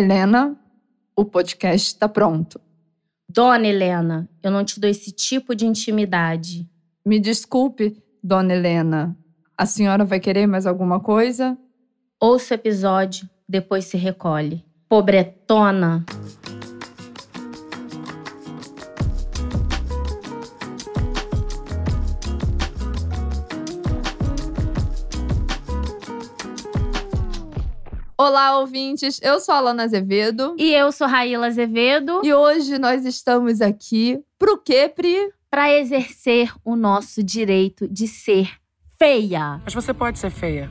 Helena, o podcast está pronto. Dona Helena, eu não te dou esse tipo de intimidade. Me desculpe, dona Helena. A senhora vai querer mais alguma coisa? Ouça o episódio, depois se recolhe. Pobretona! Olá, ouvintes. Eu sou a Alana Azevedo. E eu sou Raíla Azevedo E hoje nós estamos aqui pro quê, Pri? para exercer o nosso direito de ser feia. Mas você pode ser feia.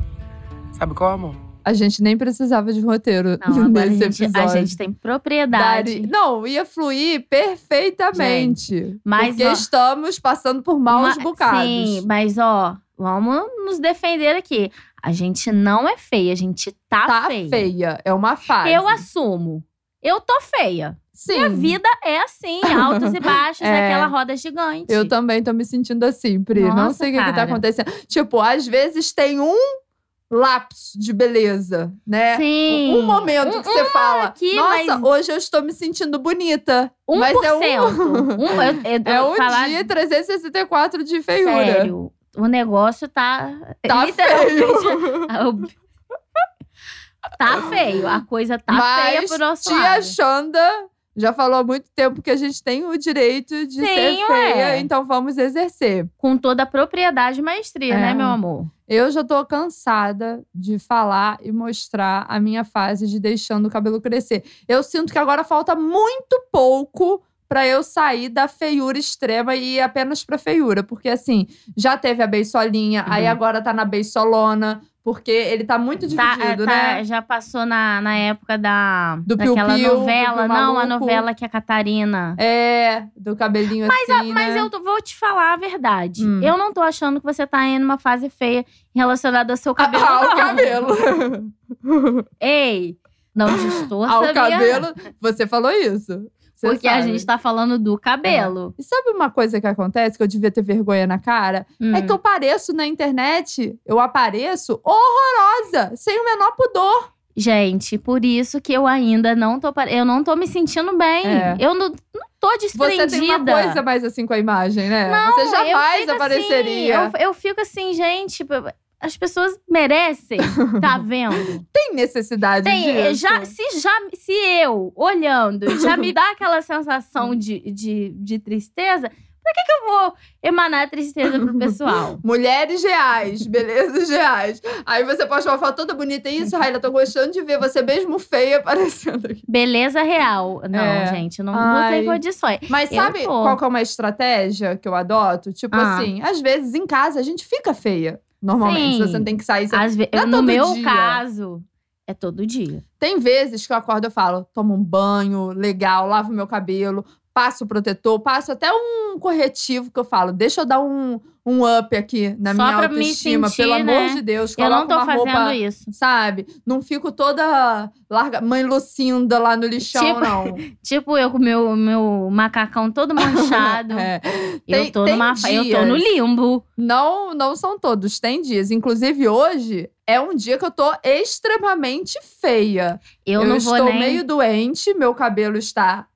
Sabe como? A gente nem precisava de roteiro Não, agora a nesse gente, a episódio. gente tem propriedade. Dari- Não, ia fluir perfeitamente. mas porque ó- estamos passando por maus Ma- bocados. Sim, mas ó, vamos nos defender aqui. A gente não é feia, a gente tá, tá feia. feia. É uma fase. Eu assumo. Eu tô feia. Sim. A vida é assim, altos e baixos, É. naquela roda gigante. Eu também tô me sentindo assim, Pri. Não Nossa, sei o que, que tá cara. acontecendo. Tipo, às vezes tem um lapso de beleza, né? Sim. Um momento Um- que você fala, aqui, nossa, mas- hoje eu estou me sentindo bonita. Um mas por é um- cento. Um- eu- eu- É um falar dia 364 de feiura. sério. O negócio tá. Tá literalmente, feio. tá feio. A coisa tá feia Mas pro nosso tia lado. Xanda já falou há muito tempo que a gente tem o direito de Sim, ser ué. feia, então vamos exercer. Com toda a propriedade e maestria, É. né, meu amor? Eu já tô cansada de falar e mostrar a minha fase de deixando o cabelo crescer. Eu sinto que agora falta muito pouco pra eu sair da feiura extrema e ir apenas pra feiura. Porque, assim, já teve a beisolinha, Uhum. aí agora tá na beisolona, porque ele tá muito Tá- dividido, tá- né? Já passou na, na época da, Do Piu daquela Piu, do novela. Piu não, a Maluco. novela que a Catarina. É, do cabelinho assim, Mas né? eu tô- vou te falar a verdade. Hum. Eu não tô achando que você tá em uma fase feia relacionada ao seu cabelo. Ah, não. ao cabelo. Ei, não distorça ao minha- cabelo. Você falou isso. Você Porque a sabe. gente tá falando do cabelo. E sabe uma coisa que acontece que eu devia ter vergonha na cara? É Hum. que eu pareço na internet, eu apareço horrorosa, sem o menor pudor. Gente, por isso que eu ainda não tô. pare- Eu não tô me sentindo bem. É. Eu não, não tô Você desprendida. tem uma coisa mais assim com a imagem, né? Você Não, eu jamais fico apareceria. assim, eu, eu fico assim, gente, p- as pessoas merecem, tá vendo? Tem necessidade Tem, eh, disso. já, se, já, se eu, olhando, já me dá aquela sensação de, de, de tristeza, pra que, que eu vou emanar tristeza pro pessoal? Mulheres reais, belezas reais. Aí você posta uma foto toda bonita. Hum. Isso, Raila, tô gostando de ver você mesmo feia aparecendo aqui. Beleza real. Não, É. gente, não, não Ai. tem condições. Mas Eu sabe tô. qual que é uma estratégia que eu adoto? Tipo Ah. assim, às vezes em casa a gente fica feia. Normalmente, Sim. você não tem que sair. Você... Às ve- não é no todo meu dia. caso, é todo dia. Tem vezes que eu acordo e falo, tomo um banho, legal, lavo meu cabelo, passo o protetor, passo até um corretivo que eu falo, deixa eu dar um, um up aqui na Só minha pra me autoestima, sentir, pelo amor né? de Deus, Eu não coloco tô uma fazendo roupa, isso. sabe? Não fico toda larga, mãe Lucinda lá no lixão, Tipo- não. Tipo, eu com meu, meu macacão todo manchado. É. Tem- eu, tô tem numa, fa- eu tô no dias. limbo. Não, não são todos, tem dias. Inclusive hoje é um dia que eu tô extremamente feia. Eu, não estou vou nem. meio doente, meu cabelo está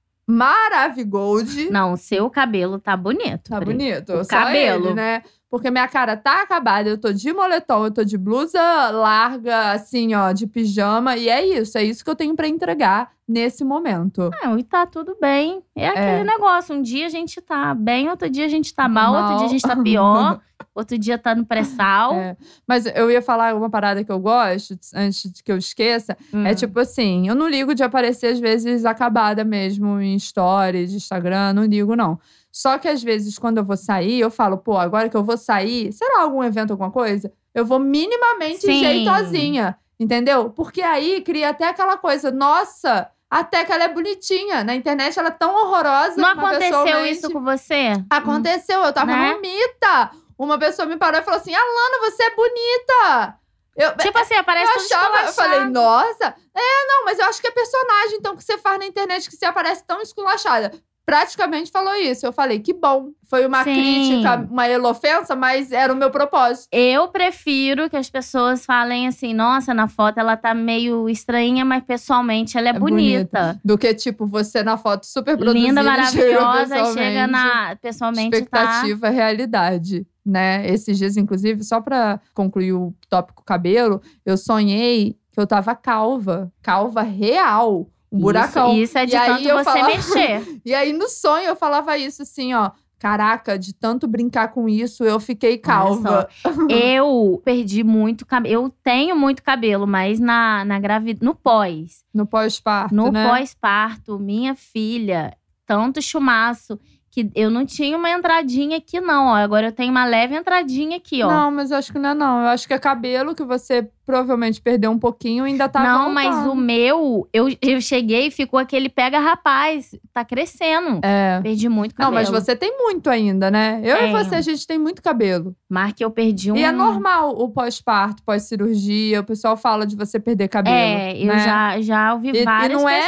maravigold. Não, seu cabelo tá bonito. Tá Pri. bonito. O só cabelo. ele, né? Porque minha cara tá acabada, eu tô de moletom, eu tô de blusa larga, assim, ó, de pijama. E é isso, é isso que eu tenho pra entregar nesse momento. Não, e tá tudo bem. É aquele negócio. Um dia a gente tá bem, outro dia a gente tá mal, outro dia a gente tá pior, outro dia tá no pré-sal. É. Mas eu ia falar uma parada que eu gosto, antes de que eu esqueça. Hum. É tipo assim, eu não ligo de aparecer, às vezes, acabada mesmo em stories, Instagram, não ligo, não. Só que às vezes, quando eu vou sair, eu falo, pô, agora que eu vou sair, sei lá, algum evento, alguma coisa, eu vou minimamente Sim. jeitosinha. Entendeu? Porque aí cria até aquela coisa, nossa, até que ela é bonitinha. Na internet ela é tão horrorosa. Não uma aconteceu pessoalmente- isso com você? Aconteceu, eu tava Né? no Mita. Uma pessoa me parou e falou assim: Alana, você é bonita. Eu, Tipo assim, aparece eu tudo achava, eu esculachado. falei, nossa. É, não, mas eu acho que é personagem, então, que você faz na internet que você aparece tão esculachada. praticamente falou isso. Eu falei, que bom. Foi uma Sim. crítica, uma elofensa, mas era o meu propósito. Eu prefiro que as pessoas falem assim: nossa, na foto ela tá meio estranha, mas pessoalmente ela é, É bonita. Do que, tipo, você na foto super produzida. Linda, chegou maravilhosa, chega pessoalmente. na. Pessoalmente tá. expectativa é realidade. Né? Esses dias, inclusive, só pra concluir o tópico cabelo, eu sonhei que eu tava calva. Calva real. Um buracão. Isso, isso é de E aí tanto eu você falava- mexer. E aí, no sonho, eu falava isso assim, ó. Caraca, de tanto brincar com isso, eu fiquei calva. Eu perdi muito cabelo. Eu tenho muito cabelo, mas na, na gravidez. No pós. No pós-parto, No né? pós-parto, minha filha, tanto chumaço que eu não tinha uma entradinha aqui, não. Ó. Agora eu tenho uma leve entradinha aqui, ó. Não, mas eu acho que não é não. Eu acho que é cabelo que você provavelmente perdeu um pouquinho e ainda tá voltando. não, mas o meu, eu, eu cheguei e ficou aquele pega rapaz, tá crescendo. É. Perdi muito Não, cabelo. mas você tem muito ainda, né? Eu e Tenho. você, a gente tem muito cabelo. Marque, eu perdi um. E é normal o pós-parto, pós-cirurgia. O pessoal fala de você perder cabelo. É, eu né? já, já ouvi E- várias e não pessoas.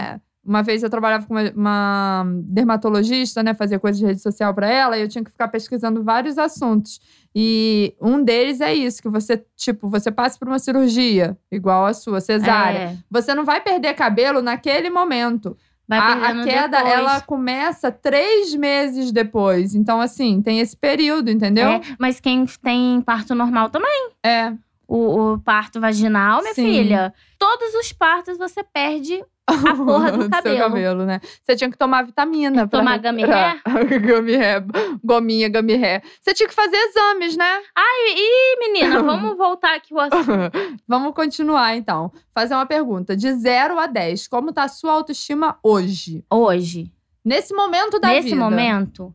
é. Uma vez eu trabalhava com uma, uma dermatologista, né? Fazia coisa de rede social pra ela e eu tinha que ficar pesquisando vários assuntos. E um deles é isso: que você, tipo, você passa por uma cirurgia, igual a sua, cesárea. É, Você não vai perder cabelo naquele momento. vai a, a perdendo queda, depois. ela começa três meses depois. Então, assim, tem esse período, entendeu? É, mas quem tem parto normal também. É. O, o parto vaginal, minha Sim. filha. Todos os partos você perde a porra do seu cabelo. cabelo, né? Você tinha que tomar vitamina. pra Tomar gummy hair? recuperar. gummy hair. Gominha, gummy hair. Você tinha que fazer exames, né? E, menina, vamos voltar aqui o assunto. Vamos continuar, então. Fazer uma pergunta. De 0 a 10, como tá a sua autoestima hoje? Hoje. Nesse momento da Nesse vida. momento,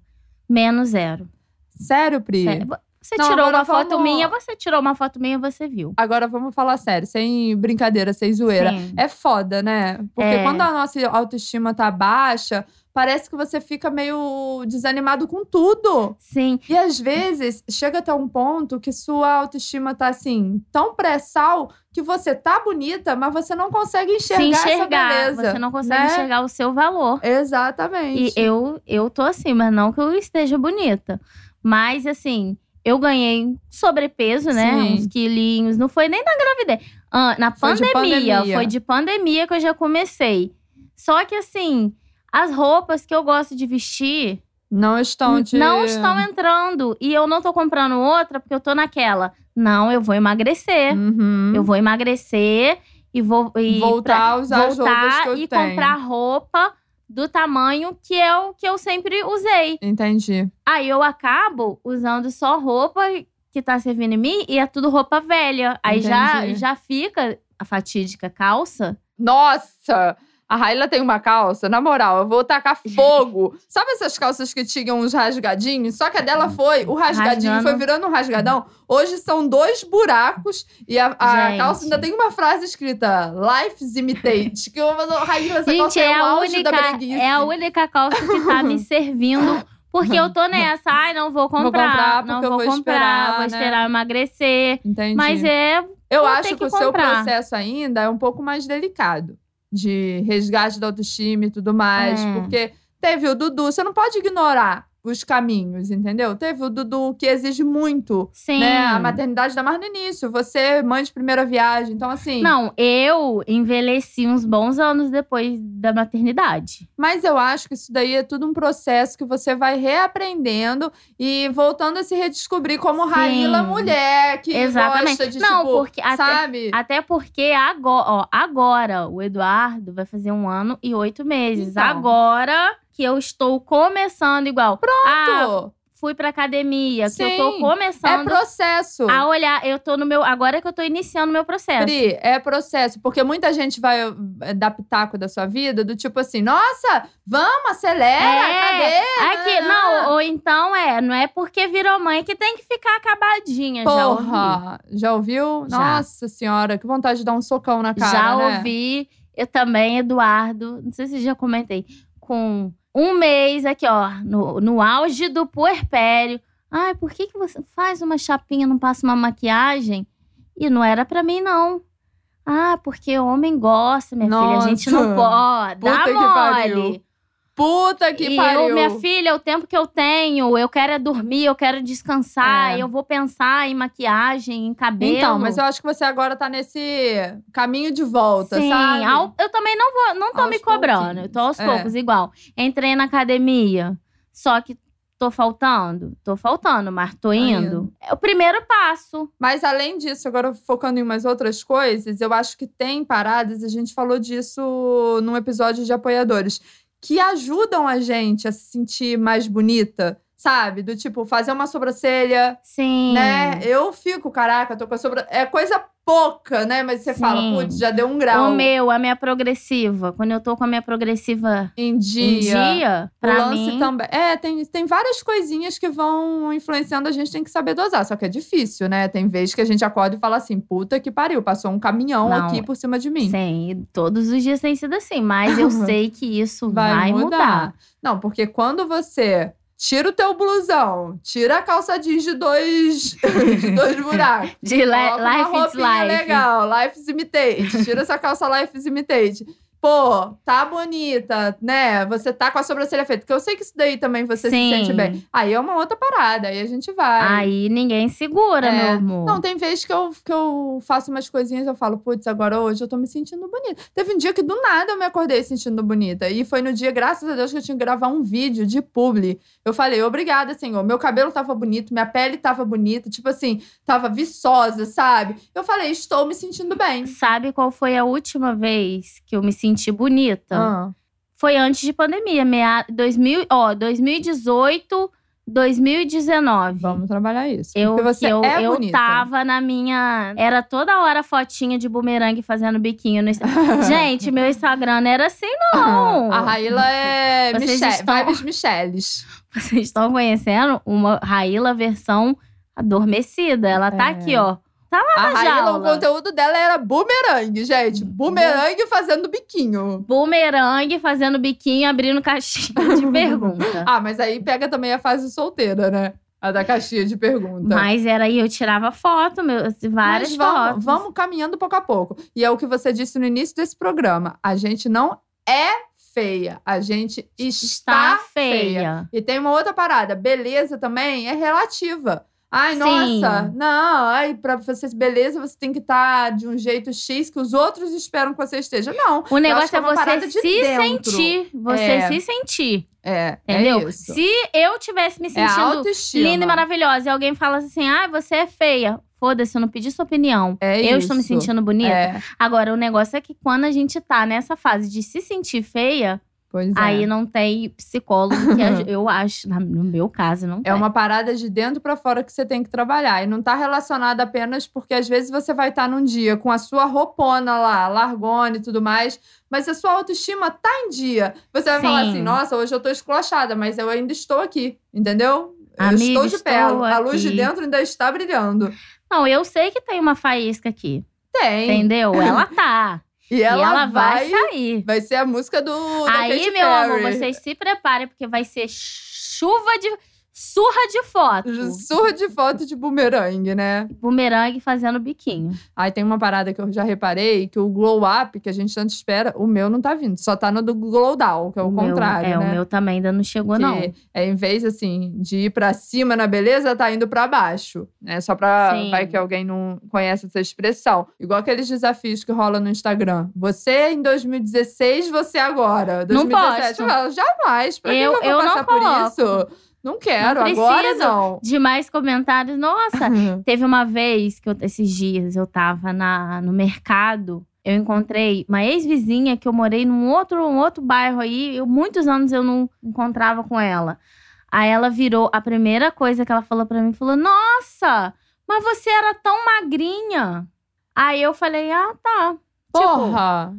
menos zero. Sério, Pri? Sério. Você Não, tirou agora uma foto vamos- minha, você tirou uma foto minha, você viu. Agora vamos falar sério, sem brincadeira, sem zoeira. Sim. É foda, né? Porque É. quando a nossa autoestima tá baixa, parece que você fica meio desanimado com tudo. Sim. E às vezes chega até um ponto que sua autoestima tá assim, tão pré-sal que você tá bonita, mas você não consegue enxergar, Se enxergar, essa beleza. você não consegue né? enxergar o seu valor. E Exatamente. eu, eu tô assim, mas não que eu esteja bonita. Mas assim, eu ganhei sobrepeso, né? Sim. Uns quilinhos. Não foi nem na gravidez. Ah, na Foi de pandemia, pandemia. Foi de pandemia que eu já comecei. Só que assim, as roupas que eu gosto de vestir Não estão te... não estão entrando. E eu não tô comprando outra porque eu tô naquela. Não, eu vou emagrecer. Uhum. né? Eu vou emagrecer e vou. E Voltar a pra- usar as roupas voltar que eu e tenho. comprar roupa do tamanho que é o que eu sempre usei. Entendi. Aí eu acabo usando só roupa que tá servindo em mim e é tudo roupa velha. Aí já, Entendi. já fica a fatídica calça. Nossa! A Raila tem uma calça, na moral, eu vou tacar fogo. Sabe essas calças que tinham uns rasgadinhos? Só que a dela foi, o rasgadinho Rasgando. foi virando um rasgadão. Hoje são dois buracos e a, a Gente. calça ainda tem uma frase escrita: Life's imitate. Que eu falo, Raila, essa Gente, calça é o a, auge única, da breguice. é a única calça que tá me servindo. Porque eu tô nessa. Ai, não vou comprar. comprar não porque eu vou, vou comprar. esperar, vou né? esperar emagrecer. Entendi. Mas é eu vou acho ter que, que o seu comprar. processo ainda é um pouco mais delicado de resgate da autoestima e tudo mais, É. porque teve o Dudu, você não pode ignorar os caminhos, entendeu? Teve o Dudu que exige muito. Sim. Né? A maternidade dá mais no início. Você, mãe de primeira viagem. Então, assim. Não, eu envelheci uns bons anos depois da maternidade. Mas eu acho que isso daí é tudo um processo que você vai reaprendendo e voltando a se redescobrir como Sim. Raíla mulher, que Exatamente. gosta de Não, tipo, porque até- sabe? Até porque agora, ó, agora o Eduardo vai fazer um ano e oito meses. Então. Agora que eu estou começando igual. Pronto. Ah, Pô, fui pra academia, que eu Sim, tô é começando processo. a olhar. Eu tô no meu. Agora que eu tô iniciando o meu processo. Pri, é processo, porque muita gente vai eh, dar pitaco da sua vida, do tipo assim, nossa, vamos, acelera, É, cadê? Aqui, Ah. não, ou então é, não é porque virou mãe que tem que ficar acabadinha, já ouvi. Porra, já ouviu? Já. Nossa senhora, que vontade de dar um socão na cara, já né? ouvi. Eu também, Eduardo. Não sei se já comentei. Com um mês aqui, ó, no, no auge do puerpério. Ai, por que, que você faz uma chapinha, não passa uma maquiagem? E não era pra mim, não. Ah, porque homem gosta, minha filha. A gente Nossa. não pode. Dá Puta que mole. pariu. Puta que e pariu. eu, minha filha, o tempo que eu tenho, eu quero é dormir, eu quero descansar, É. eu vou pensar em maquiagem, em cabelo. Então, mas eu acho que você agora tá nesse caminho de volta, Sim, sabe? ao- eu também não vou, não tô Aos me cobrando, eu tô pouquinhos. aos É. poucos, igual. Entrei na academia, só que tô faltando, tô faltando, mas Tá tô indo. É o primeiro passo. Mas além disso, agora focando em umas outras coisas, eu acho que tem paradas, a gente falou disso num episódio de apoiadores, que ajudam a gente a se sentir mais bonita, sabe? Do tipo, fazer uma sobrancelha, Sim. né? Eu fico, caraca, tô com a sobrancelha. É coisa pouca, né? Mas você Sim. fala, putz, já deu um grau O meu, a minha progressiva. Quando eu tô com a minha progressiva em em Um dia, O pra lance mim. também. É, tem, tem várias coisinhas que vão influenciando, a gente tem que saber dosar. Só que é difícil, né? Tem vezes que a gente acorda e fala assim: puta que pariu, passou um caminhão Não, aqui por cima de mim. Sim, e todos os dias tem sido assim, mas eu sei que isso vai, mudar. Não, porque quando você tira o teu blusão, tira a calça jeans de dois, de dois buracos. De li- coloca uma life is roupinha life. legal, Life's Imitate. Tira essa calça Life's Imitate. Pô, tá bonita, né? Você tá com a sobrancelha feita. Porque eu sei que isso daí também você Sim. se sente bem. Aí é uma outra parada, aí a gente vai. Aí ninguém segura, É. meu amor. Não, tem vezes que eu, que eu faço umas coisinhas eu falo, putz, agora hoje eu tô me sentindo bonita. Teve um dia que do nada eu me acordei sentindo bonita. E foi no dia, graças a Deus, que eu tinha que gravar um vídeo de publi. Eu falei, obrigada, senhor. Meu cabelo tava bonito, minha pele tava bonita, tipo assim, tava viçosa, sabe? Eu falei, estou me sentindo bem. Sabe qual foi a última vez que eu me senti bonita? Ah, Foi antes de pandemia, mea... 2000... ó, 2018, 2019. vamos trabalhar isso. Eu, porque você eu, é eu bonita. tava na minha. Era toda hora fotinha de bumerangue fazendo biquinho no Instagram. Gente, meu Instagram não era assim, não. A Raíla é Vocês Michelle, estão- vibes Michelles. Vocês estão conhecendo uma Raíla versão adormecida. Ela tá É. aqui, ó. Ah, A Raíla, o jaula. conteúdo dela era bumerangue, gente. Uhum. Bumerangue fazendo biquinho. Bumerangue fazendo biquinho, abrindo caixinha de pergunta. Ah, mas aí pega também a fase solteira, né? A da caixinha de pergunta. Mas era aí, eu tirava foto, meu, várias Então Mas vamos, fotos. vamos caminhando pouco a pouco. E é o que você disse no início desse programa. A gente não é feia. A gente está, Está feia. E tem uma outra parada. Beleza também é relativa. Ai, Sim. nossa, não, ai, pra você ser beleza, você tem que estar de um jeito X que os outros esperam que você esteja. Não. O acho que negócio é é uma parada você de se dentro. sentir. Você É. se sentir. É, Entendeu? é isso. se eu tivesse me É a sentindo autoestima. linda e maravilhosa e alguém falasse assim: ah, você é feia. Foda-se, eu não pedi sua opinião. É eu estou me isso. sentindo bonita. É, Agora, o negócio é que quando a gente tá nessa fase de se sentir feia, pois é. aí não tem psicólogo que aj- eu acho. na- No meu caso, não tem. É uma parada de dentro pra fora que você tem que trabalhar. E não tá relacionada apenas porque às vezes você vai estar num dia com a sua roupona lá, largona e tudo mais, mas a sua autoestima tá em dia. Você vai Sim. falar assim: nossa, hoje eu tô esclochada, mas eu ainda estou aqui, entendeu? Amigo, eu estou de pé. estou A luz de aqui. dentro ainda está brilhando. Não, eu sei que tem uma faísca aqui. Tem. Entendeu? Ela tá. E ela, e ela vai, vai. sair. Vai ser a música do. da Aí, Katy meu amor, Perry. vocês se preparem, porque vai ser chuva de. surra de foto. Surra de foto de bumerangue, né? Bumerangue fazendo biquinho. Aí tem uma parada que eu já reparei, que o glow up que a gente tanto espera, o meu não tá vindo. Só tá no do glow down, que é o, meu- contrário, É, né? o meu também ainda não chegou, que não. é em vez, assim, de ir pra cima na beleza, tá indo pra baixo. Né? Só pra... Sim. Vai que alguém não conhece essa expressão. Igual aqueles desafios que rola no Instagram. Você em 2016, você agora. Não 2017, posto. fala, jamais. Pra Eu- que eu eu vou não passar por coloco. isso? Não quero, Não agora preciso. não. Demais comentários. Nossa, teve uma vez que eu- esses dias eu tava na, no mercado. Eu encontrei uma ex-vizinha que eu morei num outro, um outro bairro aí. Eu, muitos anos eu não encontrava com ela. Aí ela virou, a primeira coisa que ela falou pra mim, falou: Nossa, mas você era tão magrinha. Aí eu falei: Ah, tá. Tipo, Porra!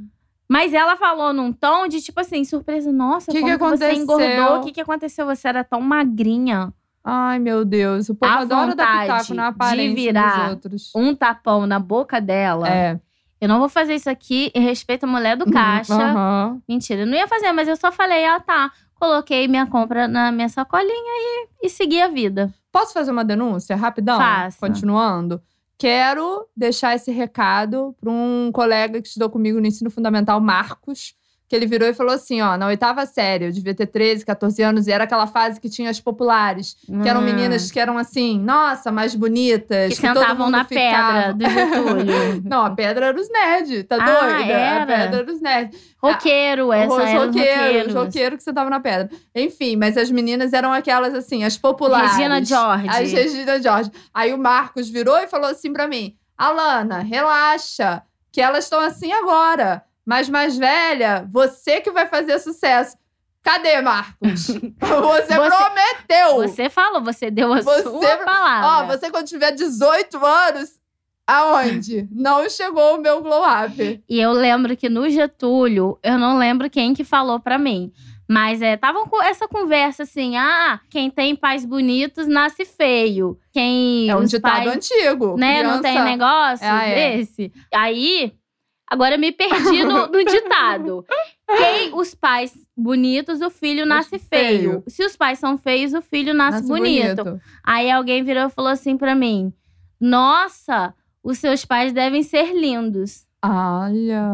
mas ela falou num tom de tipo assim, surpresa: Nossa, Que que como que você aconteceu?" engordou? O que, que aconteceu? Você era tão magrinha. Ai, meu Deus. O povo A adora dar pitaco vontade na de aparência dos virar outros. um tapão na boca dela. É. Eu não vou fazer isso aqui em respeito à mulher do caixa. Uhum, Aham. Mentira, eu não ia fazer, mas eu só falei, ah tá. Coloquei minha compra na minha sacolinha e, e segui a vida. Posso fazer uma denúncia rapidão? Faça. Continuando. Quero deixar esse recado para um colega que estudou comigo no ensino fundamental, Marcos, que ele virou e falou assim: ó, na oitava série, eu devia ter 13, 14 anos, e era aquela fase que tinha as populares, que eram Hum. meninas que eram assim, nossa, mais bonitas. que todo sentavam mundo na pedra ficava. do Getúlio. Não, a pedra era os nerds, tá Ah, doida? era? A pedra era os nerds. Roqueiro, Os essa era os roqueiros, roqueiros. né? os roqueiros que sentavam na pedra. Enfim, mas as meninas eram aquelas assim, as populares. Regina George. As Regina George. Aí o Marcos virou e falou assim pra mim: Alana, relaxa, que elas estão assim agora. Mas mais velha, você que vai fazer sucesso. Cadê, Marcos? você, prometeu! Você falou, você deu a Você- sua Ó, palavra. você quando tiver 18 anos, aonde? Não chegou o meu glow up. E eu lembro que no Getúlio, eu não lembro quem que falou pra mim. Mas é, tava com essa conversa assim: ah, quem tem pais bonitos nasce feio. Quem. É um os ditado pais, antigo. né, não Criança- tem negócio Ah, é. desse. Aí, agora eu me perdi no, no ditado. Quem os pais bonitos, o filho Nasce nasce feio. Se os pais são feios, o filho nasce, bonito. Aí alguém virou e falou assim pra mim: Nossa, os seus pais devem ser lindos. Olha.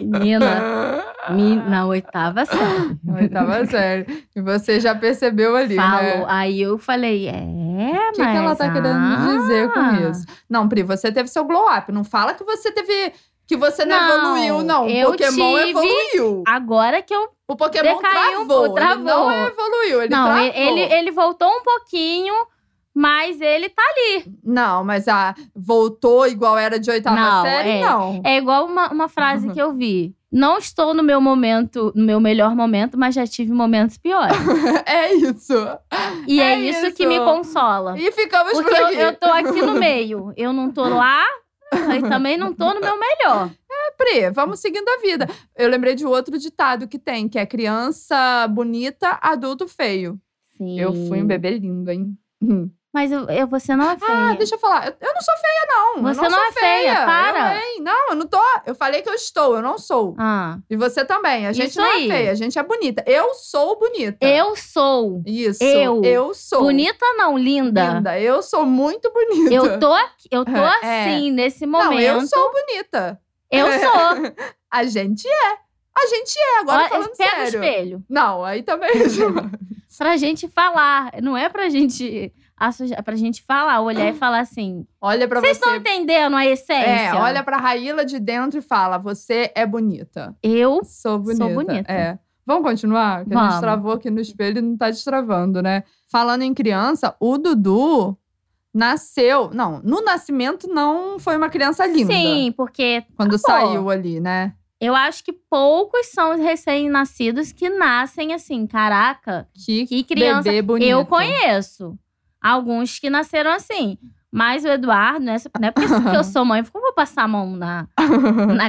Menina, me- na oitava série. Oitava série. E você já percebeu ali, né? Falou. Aí eu falei: É, O mas. que, que ela tá querendo dizer com ah." isso? Não, Pri, você teve seu glow up. Não fala que você teve. Que você não, Não, evoluiu, não. O eu Pokémon tive- evoluiu. Agora que eu. O Pokémon decaiu um travou. pouco, Ele não travou. evoluiu. Ele não, travou. ele, ele, ele voltou um pouquinho, mas ele tá. Não, mas ah, voltou igual era de oitava Não, série? é. Não. É igual uma, uma frase que eu vi. Não estou no meu momento, no meu melhor momento, mas já tive momentos piores. É isso. E é, É isso, isso. que me consola. E ficamos Porque por eu, aqui. eu tô aqui no meio. Eu não tô lá e também não tô no meu melhor. Pri, vamos seguindo a vida. Eu lembrei de outro ditado que tem, que é criança bonita, adulto feio. Sim. Eu fui um bebê lindo, hein? Hum. Mas eu, eu- você não é feia. Ah, deixa eu falar. Eu, eu não sou feia, não. Você eu não, não sou é feia, para. Eu, hein? Não, eu não tô. Eu falei que eu estou, eu não sou. Ah, E você também. A gente Isso não aí. é feia, a gente é bonita. Eu sou bonita. eu sou. Isso. eu. Eu Tá. sou. Bonita não, linda. Linda. Eu sou muito bonita. Eu tô aqui, eu tô É. assim nesse momento. Não, eu sou bonita. Eu sou. A gente é. A gente é, agora Olha, falando pega o sério. espelho. Não, aí também. Pra gente falar. Não é pra gente assujar, é pra gente falar, olhar e falar assim. olha Ah. pra Vocês você. estão entendendo a essência? É, olha pra Raíla de dentro e fala: você é bonita. Eu Sou bonita. bonita. É. Vamos continuar? Que a Vamos. gente travou aqui no espelho e não tá destravando, né? Falando em criança, o Dudu nasceu. Não, no nascimento não foi uma criança linda. Sim, porque Quando saiu ali, né? Eu acho que poucos são os recém-nascidos que nascem assim, caraca, Que, que criança. bebê bonito. Eu conheço alguns que nasceram assim. Mas o Eduardo, né? Não é porque que eu sou mãe, porque eu vou passar a mão na, na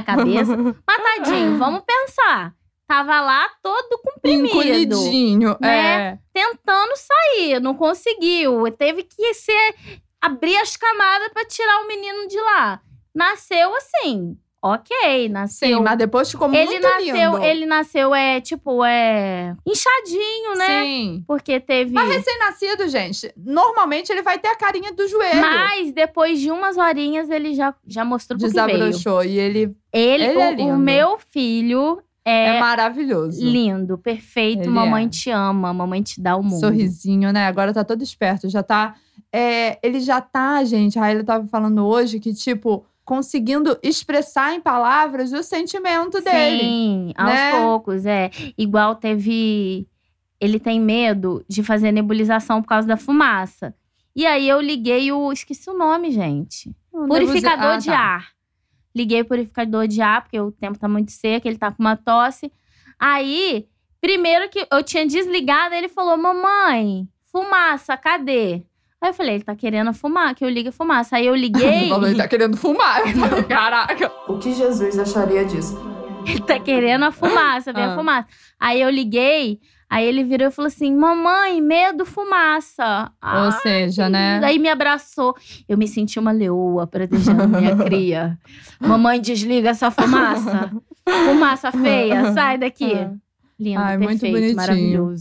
cabeça. Mas tadinho, vamos pensar. Tava lá todo comprimido. Encolhidinho. né? É. Tentando sair, não conseguiu. Teve que ser. abrir as camadas pra tirar o menino de lá. Nasceu assim. Ok, Sim, nasceu. mas depois ficou Ele muito nasceu, lindo. ele nasceu, é, tipo, é. Inchadinho, né? Sim. Porque teve. Mas recém-nascido, gente, normalmente ele vai ter a carinha do joelho. Mas depois de umas horinhas ele já, já mostrou pro que veio. Desabrochou. E ele Ele, Ele o, é o lindo. meu filho é, é, maravilhoso. lindo, perfeito. Ele mamãe é. te ama, mamãe te dá o mundo. Sorrisinho, né? Agora tá todo esperto, já tá. é, ele já tá, gente. A Raíla tava falando hoje que, tipo, conseguindo expressar em palavras o sentimento dele. Sim, aos né? poucos, é. Igual teve. Ele tem medo de fazer nebulização por causa da fumaça. E aí eu liguei o. Esqueci o nome, gente. Um Purificador nebulosi- de Ah, tá. ar. Liguei o purificador de ar, porque o tempo tá muito seco, ele tá com uma tosse. Aí, primeiro que eu tinha desligado, ele falou: Mamãe, fumaça, cadê? Aí eu falei: Ele tá querendo fumar, que eu ligue a fumaça. Aí eu liguei. Ele falou, ele tá querendo fumar. Eu falei, Caraca. O que Jesus acharia disso? ele tá querendo a fumaça, vem a Ah. fumaça. Aí eu liguei, aí ele virou e falou assim: Mamãe, medo, fumaça. Ou seja, né? Daí me abraçou. Eu me senti uma leoa protegendo minha cria. Mamãe, desliga essa fumaça. Fumaça feia, sai daqui. Lindo, Ah. Ai, muito perfeito, bonitinho. maravilhoso.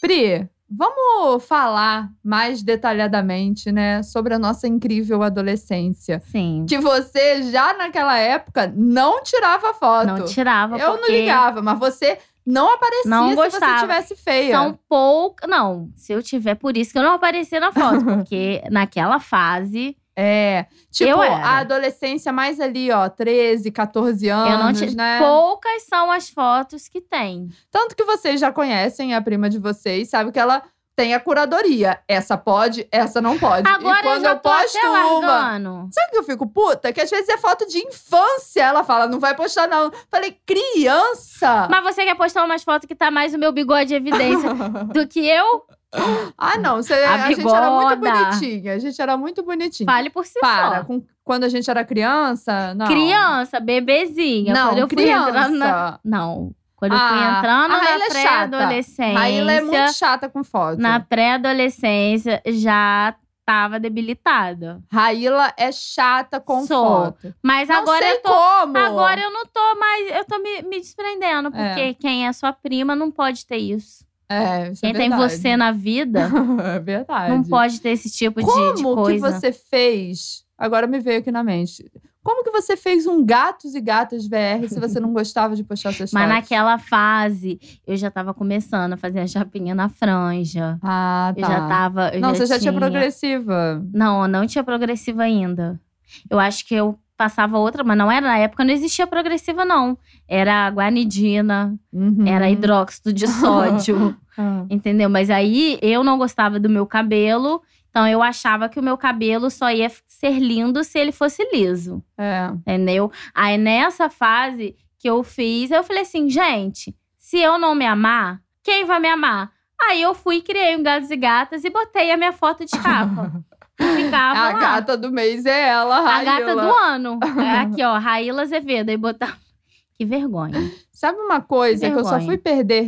Pri, Vamos falar mais detalhadamente, né, sobre a nossa incrível adolescência. Sim. Que você já naquela época não tirava foto. Não tirava. Eu não porque ligava, mas você não aparecia Não se gostava. você tivesse feia. São poucas. Não, se eu tiver, por isso que eu não apareci na foto. porque naquela fase, É. Tipo, Eu era. a adolescência mais ali, ó, 13, 14 anos, eu não tive. né? Poucas são as fotos que tem. Tanto que vocês já conhecem a prima de vocês, sabe que ela tem a curadoria. Essa pode, essa não pode. e Agora quando eu já tô posto até uma. largando. Sabe que eu fico puta? Que às vezes é foto de infância. Ela fala, não vai postar, não. Falei, criança! Mas você quer postar umas fotos que tá mais o meu bigode em evidência do que eu? ah, não. Você, A a, gente era muito bigoda. bonitinha. A gente era muito bonitinha. Fale por si Para, só. com- quando a gente era criança, não. Criança, bebezinha. Não, quando eu criança. fui entrando na. Não. Quando eu fui Ah, entrando a Raíla na é chata. pré-adolescência. Raíla é muito chata com foto. Na pré-adolescência já tava debilitada. Raíla é chata com Sou. foto. Mas Não agora sei eu tô. como. Agora eu não tô mais. Eu tô me, me desprendendo, porque É. quem é sua prima não pode ter isso. É, isso é quem tem verdade. você na vida é verdade. não pode ter esse tipo de- Como de, que coisa. você fez? Agora me veio aqui na mente. Como que você fez um gatos e gatas VR se você não gostava de postar suas Mas fotos? naquela fase, eu já tava começando a fazer a chapinha na franja. Ah, tá. Eu já tava. eu não, você já tinha tinha progressiva. Não, eu não tinha progressiva ainda. Eu acho que eu passava outra, mas não era na época, não existia progressiva, não. Era guanidina, Uhum. era hidróxido de sódio, Ah. entendeu? Mas aí eu não gostava do meu cabelo, então eu achava que o meu cabelo só ia f- ser lindo se ele fosse liso, É. entendeu? Aí nessa fase que eu fiz, eu falei assim, gente, se eu não me amar, quem vai me amar? Aí eu fui, criei um Gatos e Gatas e botei a minha foto de capa. E Ficava A lá. gata do mês é ela, A Raíla. gata do ano. É Aqui, ó, Raíla Azevedo. Aí botar. Que vergonha. Sabe uma coisa Que que, eu só vergonha. fui perder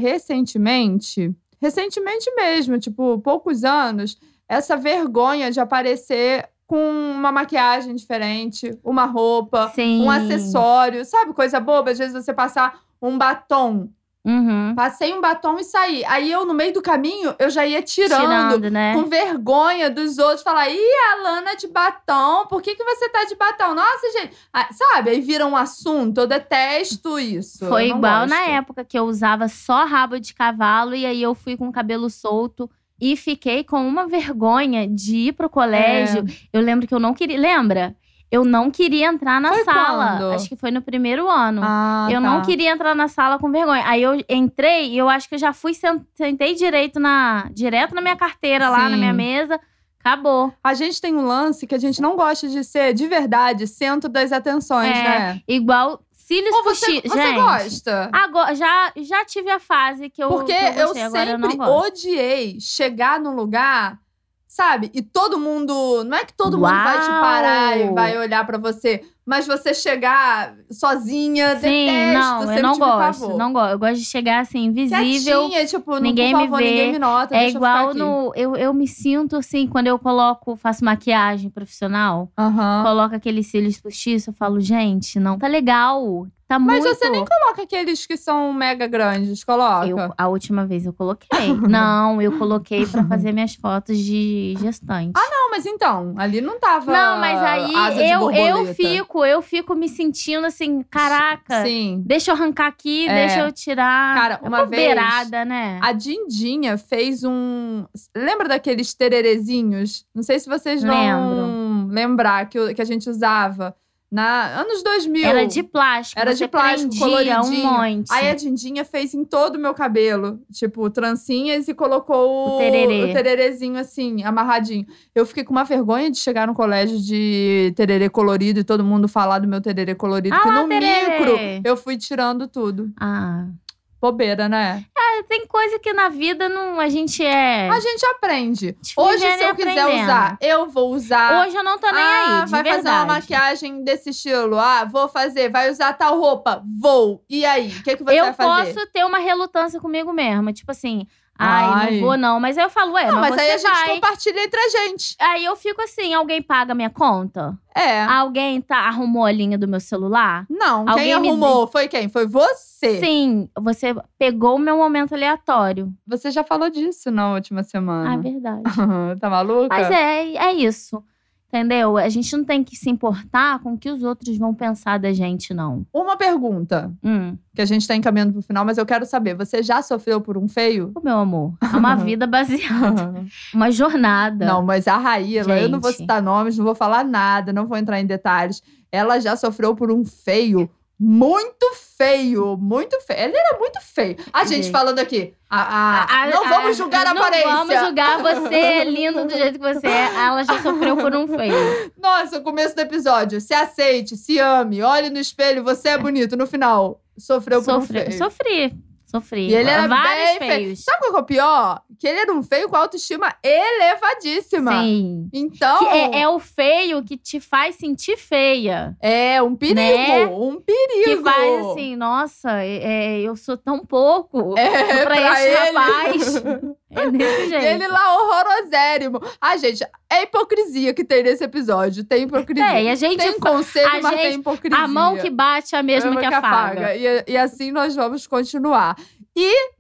recentemente? Recentemente mesmo, tipo, poucos anos, essa vergonha de aparecer com uma maquiagem diferente, uma roupa, Sim. um acessório, sabe? Coisa boba, às vezes você passar um batom. Uhum. Passei um batom e saí. Aí eu, no meio do caminho, eu já ia tirando. Tirando, né? Com vergonha dos outros, falar, ih, a Lana de batom, por que, que você tá de batom? Nossa, gente. Ah, sabe? Aí vira um assunto, eu detesto isso. Foi eu não igual na gosto. época que eu usava só rabo de cavalo e aí eu fui com o cabelo solto e fiquei com uma vergonha de ir pro É. colégio. Eu lembro que eu não queria. Lembra? Eu não queria entrar na Foi sala. quando? Acho que foi no primeiro ano. Ah, eu tá. não queria entrar na sala com vergonha. Aí eu entrei e eu acho que eu já fui, sen- sentei direito na, direto na minha carteira lá, na Sim. minha mesa. Acabou. A gente tem um lance que a gente não gosta de ser, de verdade, centro das atenções, É, né? Igual cílios Ou você, postiços. você Gente, gosta? Agora, já, já tive a fase que eu. Porque que eu, gostei, agora eu não sempre gosto. odiei chegar num lugar, sabe? E todo mundo. Não é que todo mundo vai te Uau! parar e vai olhar pra você, mas você chegar sozinha, Sim, detesto, não, sempre eu não tive gosto. pavor. Não gosto. Eu gosto de chegar assim, invisível. Quietinha, tipo, não, ninguém por me favor, vê. ninguém me nota. É deixa eu ficar igual aqui. no. Eu, eu me sinto assim, quando eu coloco, faço maquiagem profissional, Aham. coloco aqueles cílios postiços, eu falo, gente, não tá legal. Tá Mas muito. você nem Coloca aqueles que são mega grandes, coloca. Eu- a última vez eu coloquei. Não, eu coloquei pra fazer minhas fotos de gestante. Não, mas então, ali não tava. não, mas asa de aí eu, eu borboleta. fico, eu fico me sentindo assim, caraca, Sim. deixa eu arrancar aqui, É. deixa eu tirar. Cara, uma é vez- beirada, né? A Dindinha fez um. Lembra daqueles tererezinhos? Não sei se vocês vão lembrar que, o- que a gente usava. Na, anos 2000. Era de plástico, Era você de plástico, prendia um coloridinho. monte. Aí a Dindinha fez em todo o meu cabelo, tipo, trancinhas e colocou O tererê. o tererezinho assim, amarradinho. Eu fiquei com uma vergonha de chegar no colégio de tererê colorido e todo mundo falar do meu tererê colorido, Ah que lá, no tererê. micro eu fui tirando tudo. Ah, Bobeira, né? é, tem coisa que na vida não a gente é. A gente aprende. Tipo, Hoje, se vivendo e eu quiser aprendendo. usar, eu vou usar. Hoje eu não tô nem ah, aí, de vai verdade. fazer uma maquiagem desse estilo. Ah, vou fazer. Vai usar tal roupa. Vou. E aí? O que, que você eu vai fazer? posso ter uma relutância comigo mesma. Tipo assim, Ai, Ai. não vou não. Mas aí eu falo, ué, Não, é, mas, mas aí você a gente vai. compartilha entre a gente. Aí eu fico assim, alguém paga minha conta? É. Alguém tá, arrumou a linha do meu celular? Não, quem Alguém me arrumou foi quem? Foi você. Sim, você pegou o meu momento aleatório. Você já falou disso na última Ah, semana. verdade. tá maluca? Mas é, é isso. Entendeu? A gente não tem que se importar com o que os outros vão pensar da gente, não. Uma pergunta Hum, que a gente tá encaminhando pro final, mas eu quero saber: você já sofreu por um feio? o meu amor, é uma vida baseada, uma jornada. Não, mas a Raíla, eu não vou Gente. citar nomes, não vou falar nada, não vou entrar em detalhes. Ela já sofreu por um feio. Muito feio, muito feio. Ele era muito feio. A gente Gente. falando aqui. a- a- A- não a- vamos julgar a não aparência. Vamos julgar você, é lindo do jeito que você é. Ela já sofreu por um feio. Nossa, o começo do episódio. Se aceite, se ame, olhe no espelho, você é bonito. No final, sofreu por um Sofreu, feio. sofri, sofri. E ele era Vários bem feio. feios. Sabe qual que é o pior? Que ele era um feio com autoestima elevadíssima. Sim. Então, Que é, é o feio que te faz sentir feia. é, um perigo, Né? um perigo. Que faz assim, nossa, é- é, eu sou tão pouco É, Tipo, pra, pra esse ele. rapaz. É desse jeito. E ele lá horrorosérimo. Ah, gente, é hipocrisia que tem nesse episódio. Tem hipocrisia. É, e a gente Tem fa- conselho, a mas tem gente- hipocrisia. a mão que bate é a mesma que a faga. E, e assim nós vamos continuar. E,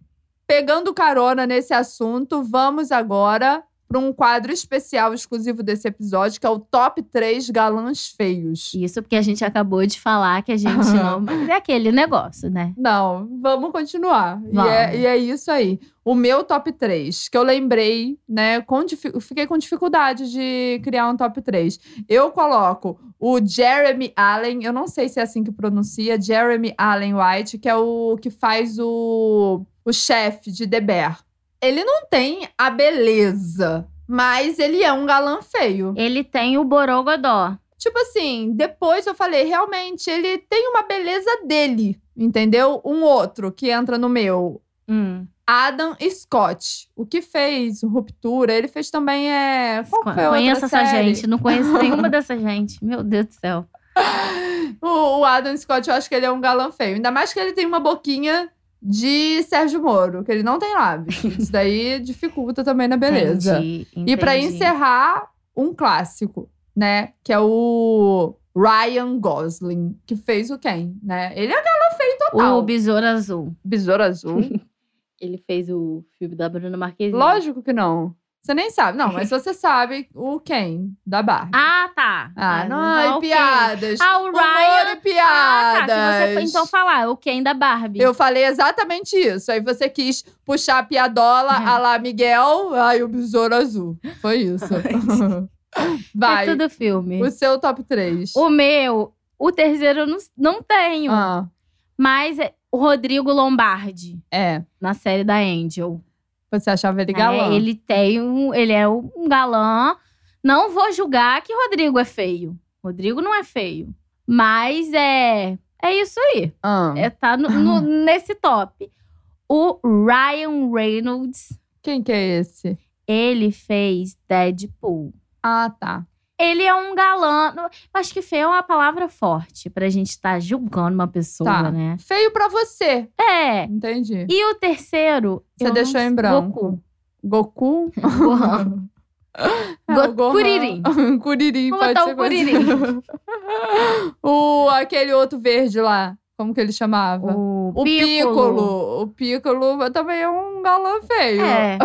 pegando carona nesse assunto, vamos agora para um quadro especial exclusivo desse episódio, que é o Top 3 Galãs Feios. Isso porque a gente acabou de falar que a gente não. Mas é aquele negócio, né? Não, vamos continuar. E, Vamos. é, e é isso aí. O meu top 3, que eu lembrei, né? Com difi- eu fiquei com dificuldade de criar um top 3. Eu coloco o Jeremy Allen, eu não sei se é assim que pronuncia, Jeremy Allen White, que é o que faz o, o chefe de The Bear. Ele não tem a beleza, mas ele é um galã feio. Ele tem o Borogodó. Tipo assim, depois eu falei, realmente, ele tem uma beleza dele, entendeu? Um outro que entra no meu, Hum. Adam Scott. O que fez Ruptura, ele fez também é. Qual foi a Conheço outra essa série? gente, não conheço nenhuma dessa gente. Meu Deus do céu. O, o Adam Scott, eu acho que ele é um galã feio. Ainda mais que ele tem uma boquinha de Sérgio Moro, que ele não tem lábios. Isso daí dificulta também na beleza. Entendi, E pra entendi. encerrar, um clássico, né? Que é o Ryan Gosling, que fez o quem, né? Ele é galã feio total. O Besouro Azul. Besouro Azul? Ele fez o filme da Bruna Marquezine. Lógico que não. Você nem sabe. Não, mas você sabe o quem da Barbie. Ah, tá. Ah, não, tá, ai, ok. piadas. Ah, o Humor Ryan. e piadas. Ah, tá. Se você for, então falar, o Ken da Barbie. Eu falei exatamente isso. Aí você quis puxar a piadola É. a lá Miguel, aí o Besouro Azul. Foi isso. Vai. É tudo filme. O seu top 3. O meu, o terceiro eu não, não tenho. Ah. Mas é o Rodrigo Lombardi, É, na série da Angel. você achava ele galã. É, ele tem um. Ele é um galã. Não vou julgar que Rodrigo é feio. Rodrigo não é feio. Mas é. É isso aí. Ah, É, tá no- no- nesse top. O Ryan Reynolds, Quem que é esse? ele fez Deadpool. Ah, tá. Ele é um galã. Eu Acho que feio é uma palavra forte pra gente estar julgando uma pessoa, Tá. né? Feio pra você. É. Entendi. E o terceiro. Você eu não deixou em sei- branco. Goku. Goku? Gohan. É, Go- o Gohan. Kuririn. Kuririn, Vou Um pode botar um ser o Kuririn. o, aquele outro verde lá. Como que ele chamava? O, Piccolo. Piccolo. O Piccolo também é um galã feio. É.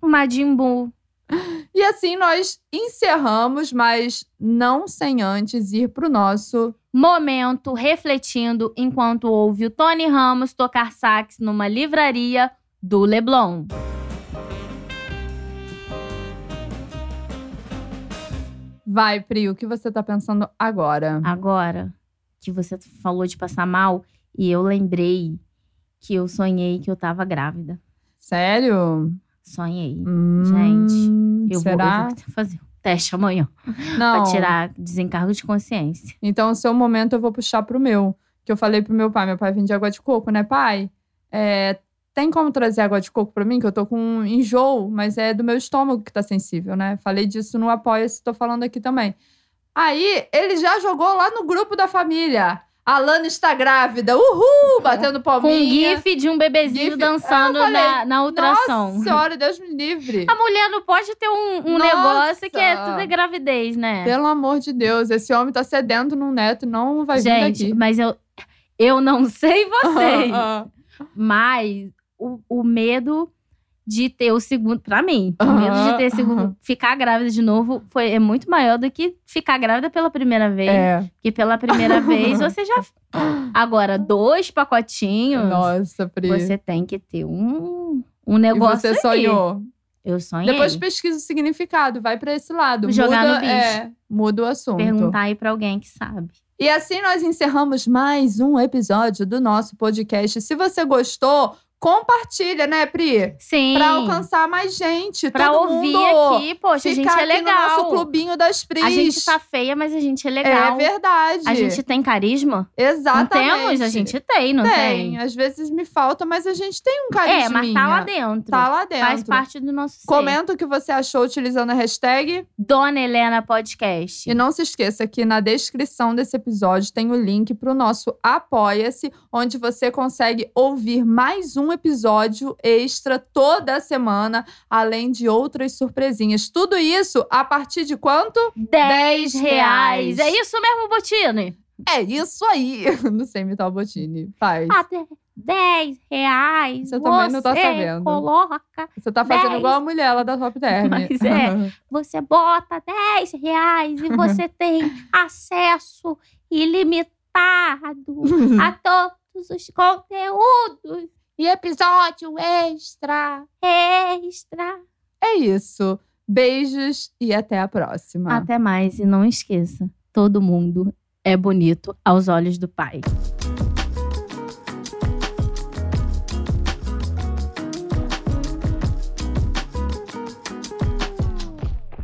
O Majin Buu. e assim nós encerramos, mas não sem antes ir pro nosso Momento refletindo enquanto ouve o Tony Ramos tocar sax numa livraria do Leblon. Vai, Pri, o que você tá pensando agora? Agora que você falou de passar mal, e eu lembrei que eu sonhei que eu tava grávida. Sério? Sonhei. Hum, Gente, Eu, vou, eu será? vou fazer o teste amanhã Não. pra tirar desencargo de consciência. Então, o seu momento eu vou puxar pro meu. Que eu falei pro meu pai. Meu pai vende água de coco, né, pai? É, tem como trazer água de coco pra mim? Que eu tô com um enjoo, mas é do meu estômago que tá sensível, né? Falei disso no Apoia-se, tô falando aqui também. Aí, ele já jogou lá no grupo da família. Alana está grávida, uhul! Batendo Com um palminha. gif de um bebezinho Gif. dançando Eu falei, na, na ultrassom. Nossa senhora, Deus me livre. A mulher não pode ter um, um Nossa. negócio que é tudo é gravidez, né? Pelo amor de Deus, esse homem tá sedento num neto, não vai Gente, vir daqui. mas eu, eu não sei vocês, Ah, mas o, o medo de ter o segundo, pra mim, o Aham, medo de ter segundo, aham. ficar grávida de novo foi, é muito maior do que ficar grávida pela primeira ah. vez. É. Porque pela primeira vez você já. Agora, dois pacotinhos, Nossa, Pri. você tem que ter um, um e negócio. você aí. sonhou. Eu sonhei. Depois pesquisa o significado, vai pra esse lado. Jogar muda, no bicho. é, muda o assunto. Perguntar aí pra alguém que sabe. E assim nós encerramos mais um episódio do nosso podcast. Se você gostou, compartilha, né, Pri? Sim. Pra alcançar mais gente. Pra Todo ouvir mundo aqui, poxa, a ficar gente é aqui legal. no nosso clubinho das Pris. A gente tá feia, mas a gente é É legal. verdade. a gente tem carisma? Exatamente. Não temos? A gente tem, não tem. tem? Às vezes me falta, mas a gente tem um carisma. É, mas tá lá dentro. Tá lá dentro. Faz parte do nosso ser. Comenta o que você achou utilizando a hashtag. Dona Helena Podcast. E não se esqueça que na descrição desse episódio tem o link pro nosso Apoia-se, onde você consegue ouvir mais um episódio extra toda semana, além de outras surpresinhas. Tudo isso a partir de quanto? 10 10 reais. reais. É isso mesmo, Botini? É isso aí! não sei imitar o Botini. Faz. Até 10 Ah, reais. Você também não tá você sabendo. Coloca, Você tá fazendo 10. igual a mulher lá da Top Term. Mas é. você bota 10 reais e você tem acesso ilimitado a todos os conteúdos Ah, e episódio extra. extra. É isso. Beijos e até a próxima. Até mais. E não esqueça: todo mundo é bonito aos olhos do pai.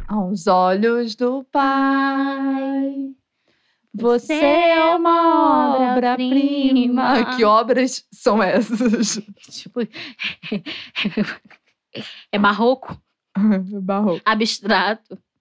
Aos olhos do Pai, você é uma obra-prima. Que obras são essas? Tipo. é barroco, Barroco. abstrato.